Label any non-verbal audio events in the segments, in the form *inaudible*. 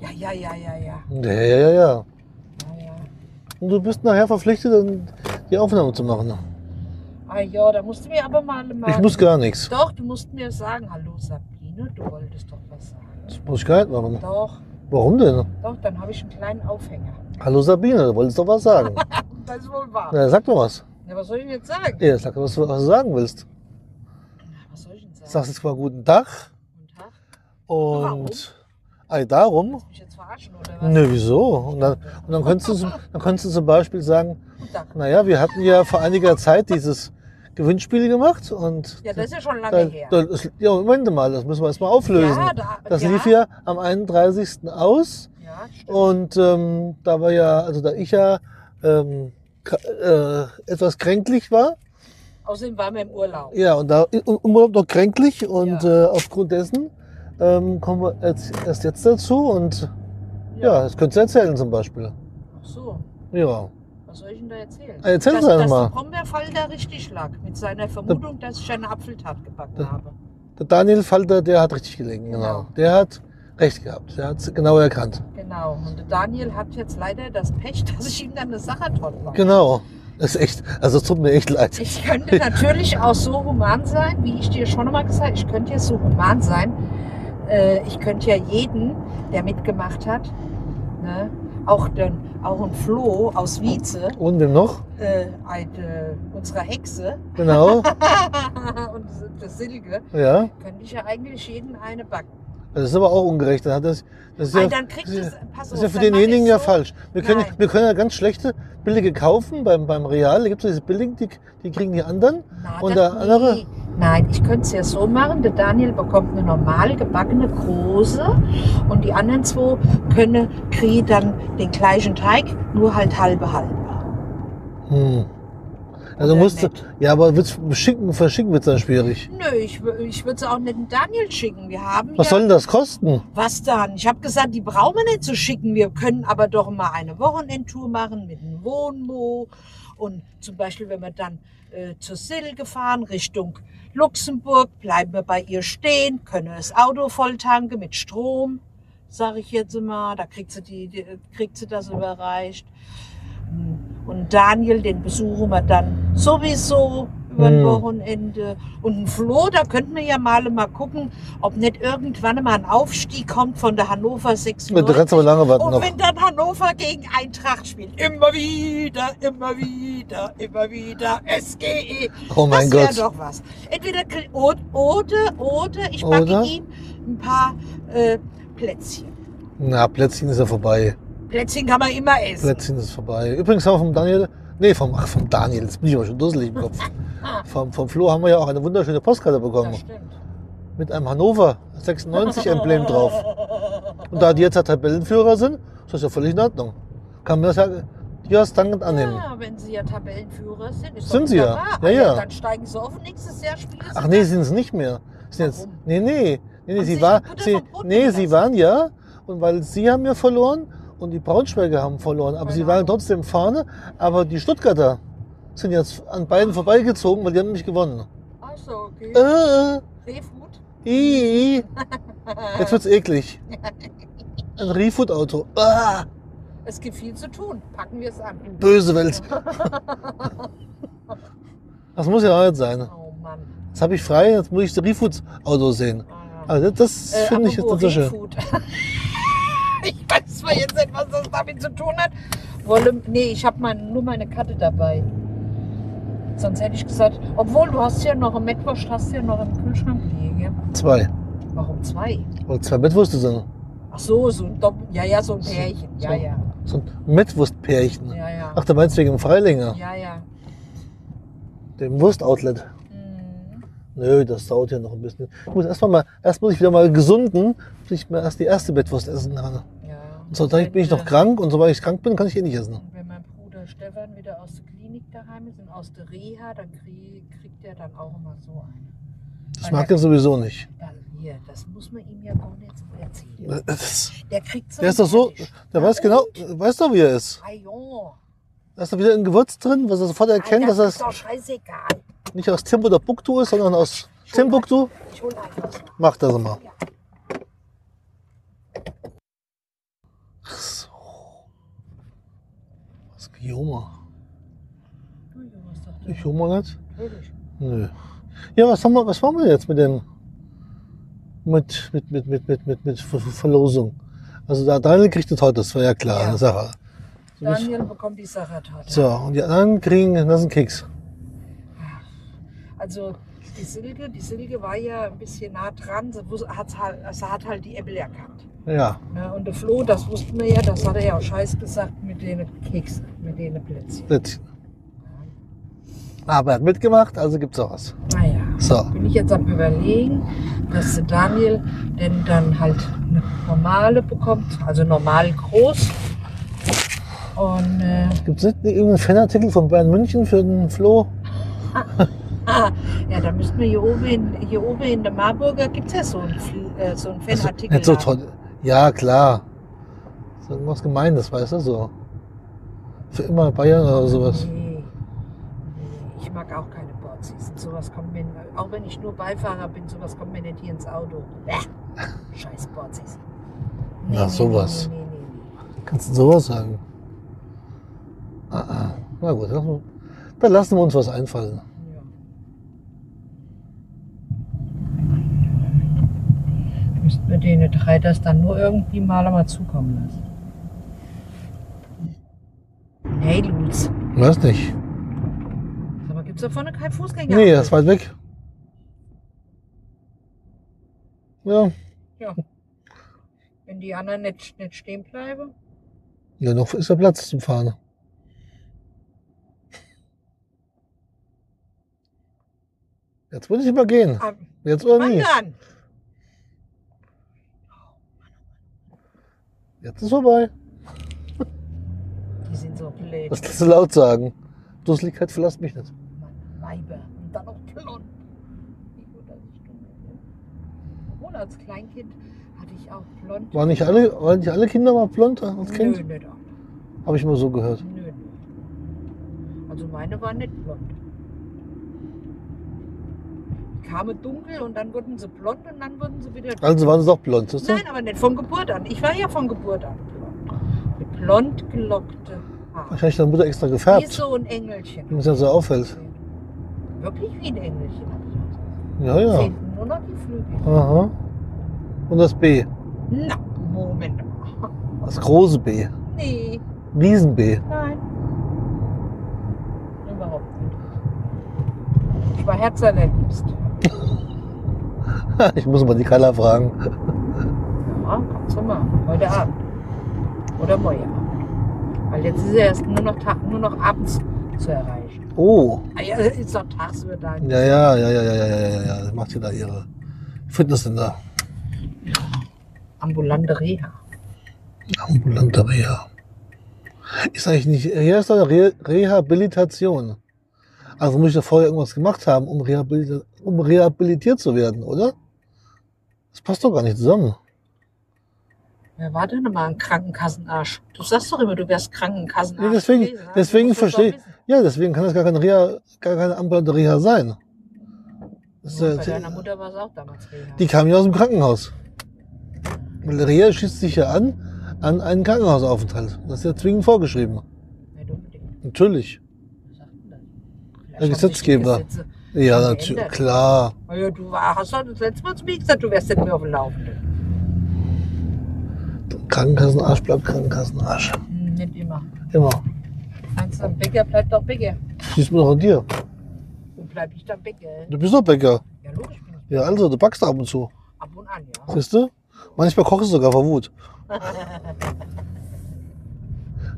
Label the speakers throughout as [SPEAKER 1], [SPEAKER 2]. [SPEAKER 1] Ja, ja, ja, ja, ja.
[SPEAKER 2] Ja, ja, ja, ja.
[SPEAKER 1] ja, ja.
[SPEAKER 2] Und du bist nachher verpflichtet, dann die Aufnahme zu machen.
[SPEAKER 1] Ah ja, da musst du mir aber mal mal.
[SPEAKER 2] Ich muss gar nichts.
[SPEAKER 1] Doch, du musst mir sagen, hallo Sabine, du wolltest doch was sagen.
[SPEAKER 2] Das muss ich gar nicht machen.
[SPEAKER 1] Doch,
[SPEAKER 2] Warum denn?
[SPEAKER 1] doch, dann habe ich einen kleinen Aufhänger.
[SPEAKER 2] Hallo Sabine, du wolltest doch was sagen.
[SPEAKER 1] *laughs* Das ist wohl wahr.
[SPEAKER 2] Na, sag doch was.
[SPEAKER 1] Na, was soll ich denn jetzt sagen?
[SPEAKER 2] Ja, sag, was, du- was du sagen willst.
[SPEAKER 1] Was soll ich denn sagen?
[SPEAKER 2] Sagst jetzt mal guten Tag
[SPEAKER 1] Guten Tag. Warum?
[SPEAKER 2] und. Ei, darum?
[SPEAKER 1] Mich jetzt verarschen oder was?
[SPEAKER 2] Ne, wieso? Und dann, und dann, könntest du, zum- dann könntest du zum Beispiel sagen:
[SPEAKER 1] Guten Tag.
[SPEAKER 2] Naja, wir hatten ja vor einiger Zeit dieses Gewinnspiel gemacht und.
[SPEAKER 1] Ja, das ist ja schon lange
[SPEAKER 2] da,
[SPEAKER 1] her.
[SPEAKER 2] da ist, ja, Moment mal, das müssen wir jetzt mal auflösen.
[SPEAKER 1] Ja, da-
[SPEAKER 2] das
[SPEAKER 1] ja.
[SPEAKER 2] lief ja am 31. aus
[SPEAKER 1] ja, stimmt.
[SPEAKER 2] und ähm, da war ja, also da ich ja ähm, k- äh, etwas kränklich war,
[SPEAKER 1] Außerdem waren wir im Urlaub.
[SPEAKER 2] ja, und da im Urlaub noch kränklich und
[SPEAKER 1] Ja.
[SPEAKER 2] äh, aufgrund dessen ähm, kommen wir jetzt, erst jetzt dazu und ja, das könntest du erzählen zum Beispiel.
[SPEAKER 1] Ach so,
[SPEAKER 2] Ja,
[SPEAKER 1] was soll ich denn da erzählen?
[SPEAKER 2] Ah, erzähl
[SPEAKER 1] dass,
[SPEAKER 2] doch
[SPEAKER 1] dass
[SPEAKER 2] mal.
[SPEAKER 1] der Brombeerfall da richtig lag. Mit seiner Vermutung, dass ich eine Apfeltat gebacken
[SPEAKER 2] Da-
[SPEAKER 1] habe.
[SPEAKER 2] der Daniel Falter, der hat richtig gelegen, genau.
[SPEAKER 1] Genau.
[SPEAKER 2] Der hat recht gehabt, der hat es genau erkannt.
[SPEAKER 1] Genau. Und der Daniel hat jetzt leider das Pech, *laughs* dass ich ihm dann eine Sache toll mache.
[SPEAKER 2] Genau, das ist echt, also es tut mir echt leid.
[SPEAKER 1] Ich könnte natürlich auch so human sein, wie ich dir schon mal gesagt habe, ich könnte ja so human sein. Äh, ich könnte ja jeden, der mitgemacht hat, ne, auch, den, auch ein Flo aus Wietze,
[SPEAKER 2] Und wem noch?
[SPEAKER 1] äh, eine, unserer Hexe *laughs*
[SPEAKER 2] Genau, *laughs*
[SPEAKER 1] und das Silke,
[SPEAKER 2] ja.
[SPEAKER 1] könnte ich ja eigentlich jeden eine backen.
[SPEAKER 2] Das ist aber auch ungerecht. Dann hat das, das ist ja,
[SPEAKER 1] Nein, dann kriegt
[SPEAKER 2] das
[SPEAKER 1] es,
[SPEAKER 2] ist ja-
[SPEAKER 1] pass
[SPEAKER 2] das
[SPEAKER 1] auf,
[SPEAKER 2] ist ja für
[SPEAKER 1] dann mach
[SPEAKER 2] denjenigen
[SPEAKER 1] ich
[SPEAKER 2] ja
[SPEAKER 1] so.
[SPEAKER 2] falsch. Wir können,
[SPEAKER 1] Nein.
[SPEAKER 2] wir können ja ganz schlechte billige kaufen beim, beim Real. Da gibt es diese billigen, die, die kriegen die anderen.
[SPEAKER 1] Na,
[SPEAKER 2] Und
[SPEAKER 1] das-
[SPEAKER 2] der andere?
[SPEAKER 1] nee. Nein, ich könnte es ja so machen. Der Daniel bekommt eine normal gebackene große und die anderen zwei können, kriegen dann den gleichen Teig, nur halt halbe halbe.
[SPEAKER 2] Hm. Also
[SPEAKER 1] Oder
[SPEAKER 2] musst du,
[SPEAKER 1] nicht?
[SPEAKER 2] ja, aber wird's schicken, verschicken wird dann schwierig.
[SPEAKER 1] Nö, ich, wü- ich würde es auch nicht den Daniel schicken. Wir haben
[SPEAKER 2] Was
[SPEAKER 1] ja,
[SPEAKER 2] soll denn das kosten?
[SPEAKER 1] was dann? Ich habe gesagt, die brauchen wir nicht zu schicken. Wir können aber doch mal eine Wochenendtour machen mit einem Wohnmo. Und zum Beispiel, wenn wir dann äh, zur Silke fahren, Richtung Luxemburg, bleiben wir bei ihr stehen, können das Auto volltanken mit Strom, sage ich jetzt mal. Da kriegt sie, die, die, kriegt sie das überreicht. Und Daniel, den besuchen wir dann sowieso über ein
[SPEAKER 2] Hm.
[SPEAKER 1] Wochenende. Und einen Flo, da könnten wir ja mal, mal gucken, ob nicht irgendwann mal ein Aufstieg kommt von der Hannover 6.
[SPEAKER 2] Du kannst aber lange warten
[SPEAKER 1] Und
[SPEAKER 2] noch.
[SPEAKER 1] wenn dann Hannover gegen Eintracht spielt, immer wieder, immer wieder, immer wieder, SGE.
[SPEAKER 2] Oh mein
[SPEAKER 1] das wäre
[SPEAKER 2] Gott.
[SPEAKER 1] doch was. Entweder krieg- oder, oder, oder ich backe
[SPEAKER 2] Oder?
[SPEAKER 1] ihm ein paar äh, Plätzchen.
[SPEAKER 2] Na, Plätzchen ist ja vorbei.
[SPEAKER 1] Plätzchen kann man immer essen.
[SPEAKER 2] Plätzchen ist vorbei. Übrigens haben wir vom Daniel, nee, vom, ach, vom Daniel, jetzt bin ich aber schon dusselig
[SPEAKER 1] *laughs*
[SPEAKER 2] im Kopf. Vom, vom Flo haben wir ja auch eine wunderschöne Postkarte bekommen.
[SPEAKER 1] Das stimmt.
[SPEAKER 2] mit einem Hannover 96-Emblem drauf. Und da die jetzt ja Tabellenführer sind, ist das ja völlig in Ordnung. Kann man das ja Dias dankend annehmen.
[SPEAKER 1] Ja, wenn sie ja Tabellenführer sind, ist
[SPEAKER 2] Sind
[SPEAKER 1] doch
[SPEAKER 2] sie ja.
[SPEAKER 1] wunderbar.
[SPEAKER 2] Ja,
[SPEAKER 1] Ah
[SPEAKER 2] ja.
[SPEAKER 1] Dann steigen sie auf und nächstes Jahr spielen sie.
[SPEAKER 2] Ach nee, sind es nicht mehr. Sind jetzt,
[SPEAKER 1] Warum?
[SPEAKER 2] nee, nee, nee, nee,
[SPEAKER 1] Haben
[SPEAKER 2] sie,
[SPEAKER 1] sich
[SPEAKER 2] war,
[SPEAKER 1] die Butter
[SPEAKER 2] sie,
[SPEAKER 1] vom Brot
[SPEAKER 2] nee sie
[SPEAKER 1] gelassen?
[SPEAKER 2] waren ja, und weil sie haben ja verloren und die Braunschweiger haben verloren, aber sie
[SPEAKER 1] Keine
[SPEAKER 2] waren
[SPEAKER 1] Ahnung.
[SPEAKER 2] trotzdem Fahne, aber die Stuttgarter sind jetzt an beiden vorbeigezogen, weil die haben nämlich gewonnen.
[SPEAKER 1] Ach so, Also, okay.
[SPEAKER 2] Äh,
[SPEAKER 1] Seefood. *laughs*
[SPEAKER 2] ii, jetzt wird's eklig. Ein Refood-Auto. Ah.
[SPEAKER 1] Es gibt viel zu tun. Packen wir es an. *laughs*
[SPEAKER 2] Böse Welt. Das muss ja auch nicht sein.
[SPEAKER 1] Oh Mann.
[SPEAKER 2] Jetzt habe ich frei, jetzt muss ich das Refoods-Auto sehen.
[SPEAKER 1] Ah,
[SPEAKER 2] Also das
[SPEAKER 1] Äh,
[SPEAKER 2] finde ich jetzt nicht
[SPEAKER 1] apropos
[SPEAKER 2] so schön.
[SPEAKER 1] Refood. *laughs* ich weiß zwar jetzt nicht, was das damit zu tun hat. Wolle, nee, ich habe mein, nur meine Karte dabei. Sonst hätte ich gesagt, obwohl du hast ja noch am Mittwoch, hast du ja noch im Kühlschrank liegen. gell?
[SPEAKER 2] Zwei.
[SPEAKER 1] Warum zwei?
[SPEAKER 2] Oder zwei Mettwürste sind.
[SPEAKER 1] Ach so, so ein Doppel. Ja, ja, so ein Pärchen. Ja,
[SPEAKER 2] so.
[SPEAKER 1] ja.
[SPEAKER 2] So ein Mettwurstpärchen.
[SPEAKER 1] Ja, ja.
[SPEAKER 2] Ach, da meinst du wegen dem Freilinger?
[SPEAKER 1] Ja, ja.
[SPEAKER 2] Dem Wurstoutlet.
[SPEAKER 1] Hm.
[SPEAKER 2] Nö, das dauert ja noch ein bisschen. Ich muss erst mal, mal erst muss ich wieder mal gesunden, bis ich mir erst die erste Mettwurst essen kann.
[SPEAKER 1] ja.
[SPEAKER 2] Und sobald bin ich
[SPEAKER 1] Wenn,
[SPEAKER 2] noch
[SPEAKER 1] äh,
[SPEAKER 2] krank und sobald ich krank bin, kann ich eh nicht essen.
[SPEAKER 1] Und wenn mein Bruder Stefan wieder aus der Klinik daheim ist und aus der Reha, dann krieg, kriegt er dann auch immer so eine.
[SPEAKER 2] Das
[SPEAKER 1] Weil
[SPEAKER 2] mag
[SPEAKER 1] der,
[SPEAKER 2] er sowieso nicht.
[SPEAKER 1] dann hier, das muss man ihm ja gar nicht so erzählen.
[SPEAKER 2] Das,
[SPEAKER 1] Der kriegt so.
[SPEAKER 2] der ist doch so, der weiß genau, weiß doch, wie er ist.
[SPEAKER 1] Ah, jo.
[SPEAKER 2] Da ist doch wieder ein Gewürz drin, was er sofort erkennt,
[SPEAKER 1] Ah,
[SPEAKER 2] dass
[SPEAKER 1] das ist
[SPEAKER 2] das
[SPEAKER 1] doch scheißegal.
[SPEAKER 2] nicht aus Timbuktu oder Buktu ist, sondern aus Timbuktu.
[SPEAKER 1] Ich hol einfach so.
[SPEAKER 2] Macht das mal. Das gehen wir.
[SPEAKER 1] Du Jonas, Ah doch,
[SPEAKER 2] Ich hole mal nicht.
[SPEAKER 1] natürlich.
[SPEAKER 2] Nö. Ja, was, haben wir, was machen wir jetzt mit dem mit, mit, mit, mit, mit, mit, mit Ver Ver- Verlosung? Also der Daniel kriegt das heute, das war ja klar,
[SPEAKER 1] Ja.
[SPEAKER 2] eine Sache.
[SPEAKER 1] Daniel bekommt die Sachertat.
[SPEAKER 2] So, und die anderen kriegen das ist ein Keks.
[SPEAKER 1] Also die Silke, die Silke war ja ein bisschen nah dran, sie, wus- hat, halt, sie hat halt die Äpfel erkannt.
[SPEAKER 2] Ja,
[SPEAKER 1] Ne? Und der Flo, das wussten wir ja, das hat er ja auch scheiß gesagt mit den Keksen, mit den Plätzchen.
[SPEAKER 2] das. Aber er hat mitgemacht, also gibt's auch was.
[SPEAKER 1] Naja,
[SPEAKER 2] So,
[SPEAKER 1] bin ich jetzt am überlegen, dass der Daniel denn dann halt eine normale bekommt, also normal groß. Und äh,
[SPEAKER 2] gibt's nicht irgendeinen Fanartikel von Bayern München für den Flo?
[SPEAKER 1] ah, ja, da müssten wir hier oben, in, hier oben in der Marburger, gibt es ja so einen, Fl- äh, so einen
[SPEAKER 2] Also,
[SPEAKER 1] Fanartikel.
[SPEAKER 2] nicht so toll. Ja, klar. So irgendwas Gemeines, weißt du, so. Für immer Bayern oder sowas.
[SPEAKER 1] Nee. Nee, Ich mag auch keine Boards. Sowas kommt mir, auch wenn ich nur Beifahrer bin, sowas kommt mir nicht hier ins Auto. Bäh. Scheiß Boards.
[SPEAKER 2] Na, sowas.
[SPEAKER 1] Nee, nee, nee.
[SPEAKER 2] Kannst du sowas sagen? Ah, ah. Na gut, lassen wir, dann lassen wir uns was einfallen.
[SPEAKER 1] nee. Ja. Müssten wir denen drei das dann nur irgendwie mal einmal zukommen lassen. Hey, Lutz.
[SPEAKER 2] Weiß nicht.
[SPEAKER 1] Sag mal, gibt's da vorne keinen Fußgänger?
[SPEAKER 2] Nee, das ist weit weg. Ja,
[SPEAKER 1] Wenn die anderen nicht, nicht stehen bleiben.
[SPEAKER 2] ja noch ist der Platz zum Fahren. Jetzt würde ich mal gehen.
[SPEAKER 1] Ah,
[SPEAKER 2] Jetzt oder nie.
[SPEAKER 1] wandern!
[SPEAKER 2] Jetzt ist vorbei.
[SPEAKER 1] Die sind so blöd.
[SPEAKER 2] Das kannst du laut sagen. Dusseligkeit verlasst mich nicht.
[SPEAKER 1] Mann, Weiber. Und dann noch blond. Wie gut, dass ich dumm bin. ne? Obwohl, als Kleinkind hatte ich auch blond.
[SPEAKER 2] Waren nicht alle, waren nicht alle Kinder mal blond als Kind?
[SPEAKER 1] Nö, nicht auch.
[SPEAKER 2] Habe ich immer so gehört.
[SPEAKER 1] Nö, nö. Also meine waren nicht blond. Die kamen dunkel und dann wurden sie blond und dann wurden sie wieder
[SPEAKER 2] Also waren sie doch blond, siehst du?
[SPEAKER 1] Nein, aber nicht von Geburt an. Ich war ja von Geburt an blond. Mit blond gelockte Haaren.
[SPEAKER 2] Wahrscheinlich hat deine Mutter extra
[SPEAKER 1] Wie
[SPEAKER 2] gefärbt.
[SPEAKER 1] so ein Engelchen.
[SPEAKER 2] Wenn es ja so auffällt.
[SPEAKER 1] Wirklich wie ein Engelchen. hab ich ausgesehen.
[SPEAKER 2] Ja, ja.
[SPEAKER 1] Fehlten nur noch die Flügel.
[SPEAKER 2] Aha. Und das B.
[SPEAKER 1] Na, Moment mal.
[SPEAKER 2] Das große B.
[SPEAKER 1] Nee,
[SPEAKER 2] Riesen B.
[SPEAKER 1] nein. Überhaupt nicht. Ich war herzallerliebst.
[SPEAKER 2] *laughs* ich muss mal die Carla fragen.
[SPEAKER 1] Ja, komm zum mal. Heute Abend. Oder morgen Abend. Weil jetzt ist er erst nur noch, ta- nur noch abends zu erreichen.
[SPEAKER 2] Oh.
[SPEAKER 1] Ah ja, *laughs* ist doch tagsüber da.
[SPEAKER 2] Ja, ja, ja, ja, ja, ja, ja, ja, ja. Das macht sie da ihre Fitnesscenter.
[SPEAKER 1] Ambulante Reha.
[SPEAKER 2] Ambulante Reha. Ist eigentlich nicht. Reha ist eine Re Rehabilitation. Also muss ich da vorher irgendwas gemacht haben, um, rehabilit um rehabilitiert zu werden, oder? Das passt doch gar nicht zusammen.
[SPEAKER 1] Wer war denn mal ein Krankenkassenarsch? Du sagst doch immer, du wärst Krankenkassenarsch.
[SPEAKER 2] Nee, deswegen-
[SPEAKER 1] gewesen, ne?
[SPEAKER 2] deswegen
[SPEAKER 1] Du musst das doch
[SPEAKER 2] versteh-
[SPEAKER 1] wissen.
[SPEAKER 2] Ja, deswegen kann das gar keine Reha, gar keine ambulante Reha sein. Das ist,
[SPEAKER 1] Ja,
[SPEAKER 2] ja-
[SPEAKER 1] Bei deiner Mutter war es auch damals Reha.
[SPEAKER 2] Die kamen ja aus dem Krankenhaus. Malaria schießt sich ja an, an einen Krankenhausaufenthalt. Das ist ja zwingend vorgeschrieben.
[SPEAKER 1] Nicht unbedingt.
[SPEAKER 2] Natürlich.
[SPEAKER 1] Was sagt denn das? Vielleicht
[SPEAKER 2] Der
[SPEAKER 1] haben sich die
[SPEAKER 2] Gesetzgeber.
[SPEAKER 1] Gesetze-
[SPEAKER 2] Ja,
[SPEAKER 1] Haben
[SPEAKER 2] natürlich.
[SPEAKER 1] geändert.
[SPEAKER 2] Klar.
[SPEAKER 1] Ah Ja, du war- hast doch das letzte Mal zu mir gesagt, du wärst nicht mehr auf dem Laufenden.
[SPEAKER 2] Krankenkassenarsch bleibt Krankenkassenarsch.
[SPEAKER 1] Hm, nicht immer.
[SPEAKER 2] Immer.
[SPEAKER 1] Kannst am Bäcker, bleib doch Bäcker.
[SPEAKER 2] Siehst du noch an dir.
[SPEAKER 1] Und bleib ich dann Bäcker.
[SPEAKER 2] Du bist doch Bäcker.
[SPEAKER 1] Ja, logisch bin ich
[SPEAKER 2] Ja, also, du backst ab und zu.
[SPEAKER 1] ab und an, ja.
[SPEAKER 2] Siehst du? Manchmal kochst du sogar vor Wut.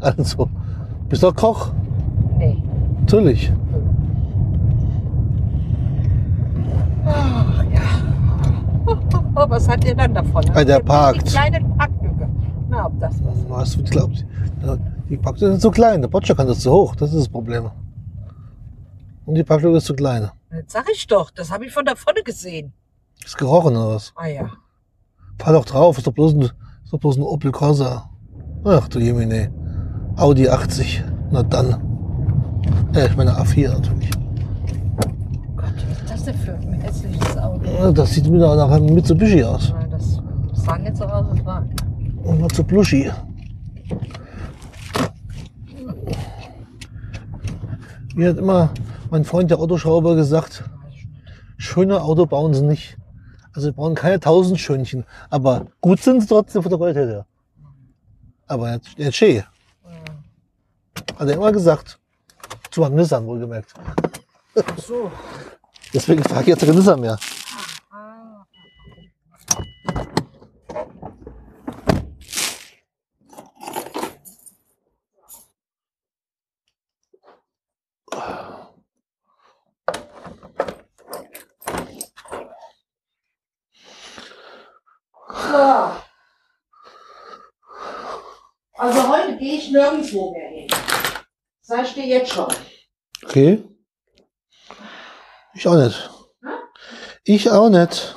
[SPEAKER 2] Also, bist doch Koch.
[SPEAKER 1] Nee.
[SPEAKER 2] Natürlich.
[SPEAKER 1] Ach ja. *laughs* Oh, was hat ihr dann davon?
[SPEAKER 2] Ah, der
[SPEAKER 1] Die
[SPEAKER 2] parkt.
[SPEAKER 1] kleinen Parklücke. Na, ob das was.
[SPEAKER 2] Was du glaubst. Ja, Die Packlücke sind zu klein. Der Boccia kann das zu hoch. Das ist das Problem. Und die Packlücke ist zu klein.
[SPEAKER 1] Jetzt sag ich doch, das habe ich von da vorne gesehen.
[SPEAKER 2] Ist gerochen oder was?
[SPEAKER 1] Ah ja.
[SPEAKER 2] Fahr doch drauf, ist doch bloß ein, ist doch bloß ein Opel Corsa. Ach du Jemine. Audi 80. Na dann. Äh, ich meine A4 natürlich.
[SPEAKER 1] Gott, was ist das denn für ein hässliches Auto?
[SPEAKER 2] Ja, Das sieht mir doch nach einem Mitsubishi aus.
[SPEAKER 1] Na, Das sah nicht so aus, als war.
[SPEAKER 2] Und mal zu Pluschi. Mir hat immer mein Freund, der Autoschrauber, gesagt, schöne Auto bauen sie nicht. Also sie bauen keine tausend Schönchen, aber gut sind sie trotzdem von der Qualität her. Aber er hat- er hat schön. Hat er immer gesagt. Zu meinem Nissan wohlgemerkt.
[SPEAKER 1] Ach so.
[SPEAKER 2] Deswegen fahre ich jetzt keinen Nissan mehr.
[SPEAKER 1] Ah. Ja. Also heute gehe ich nirgendwo mehr hin. Sag ich dir jetzt schon.
[SPEAKER 2] Okay. Ich auch nicht. Ich auch nicht.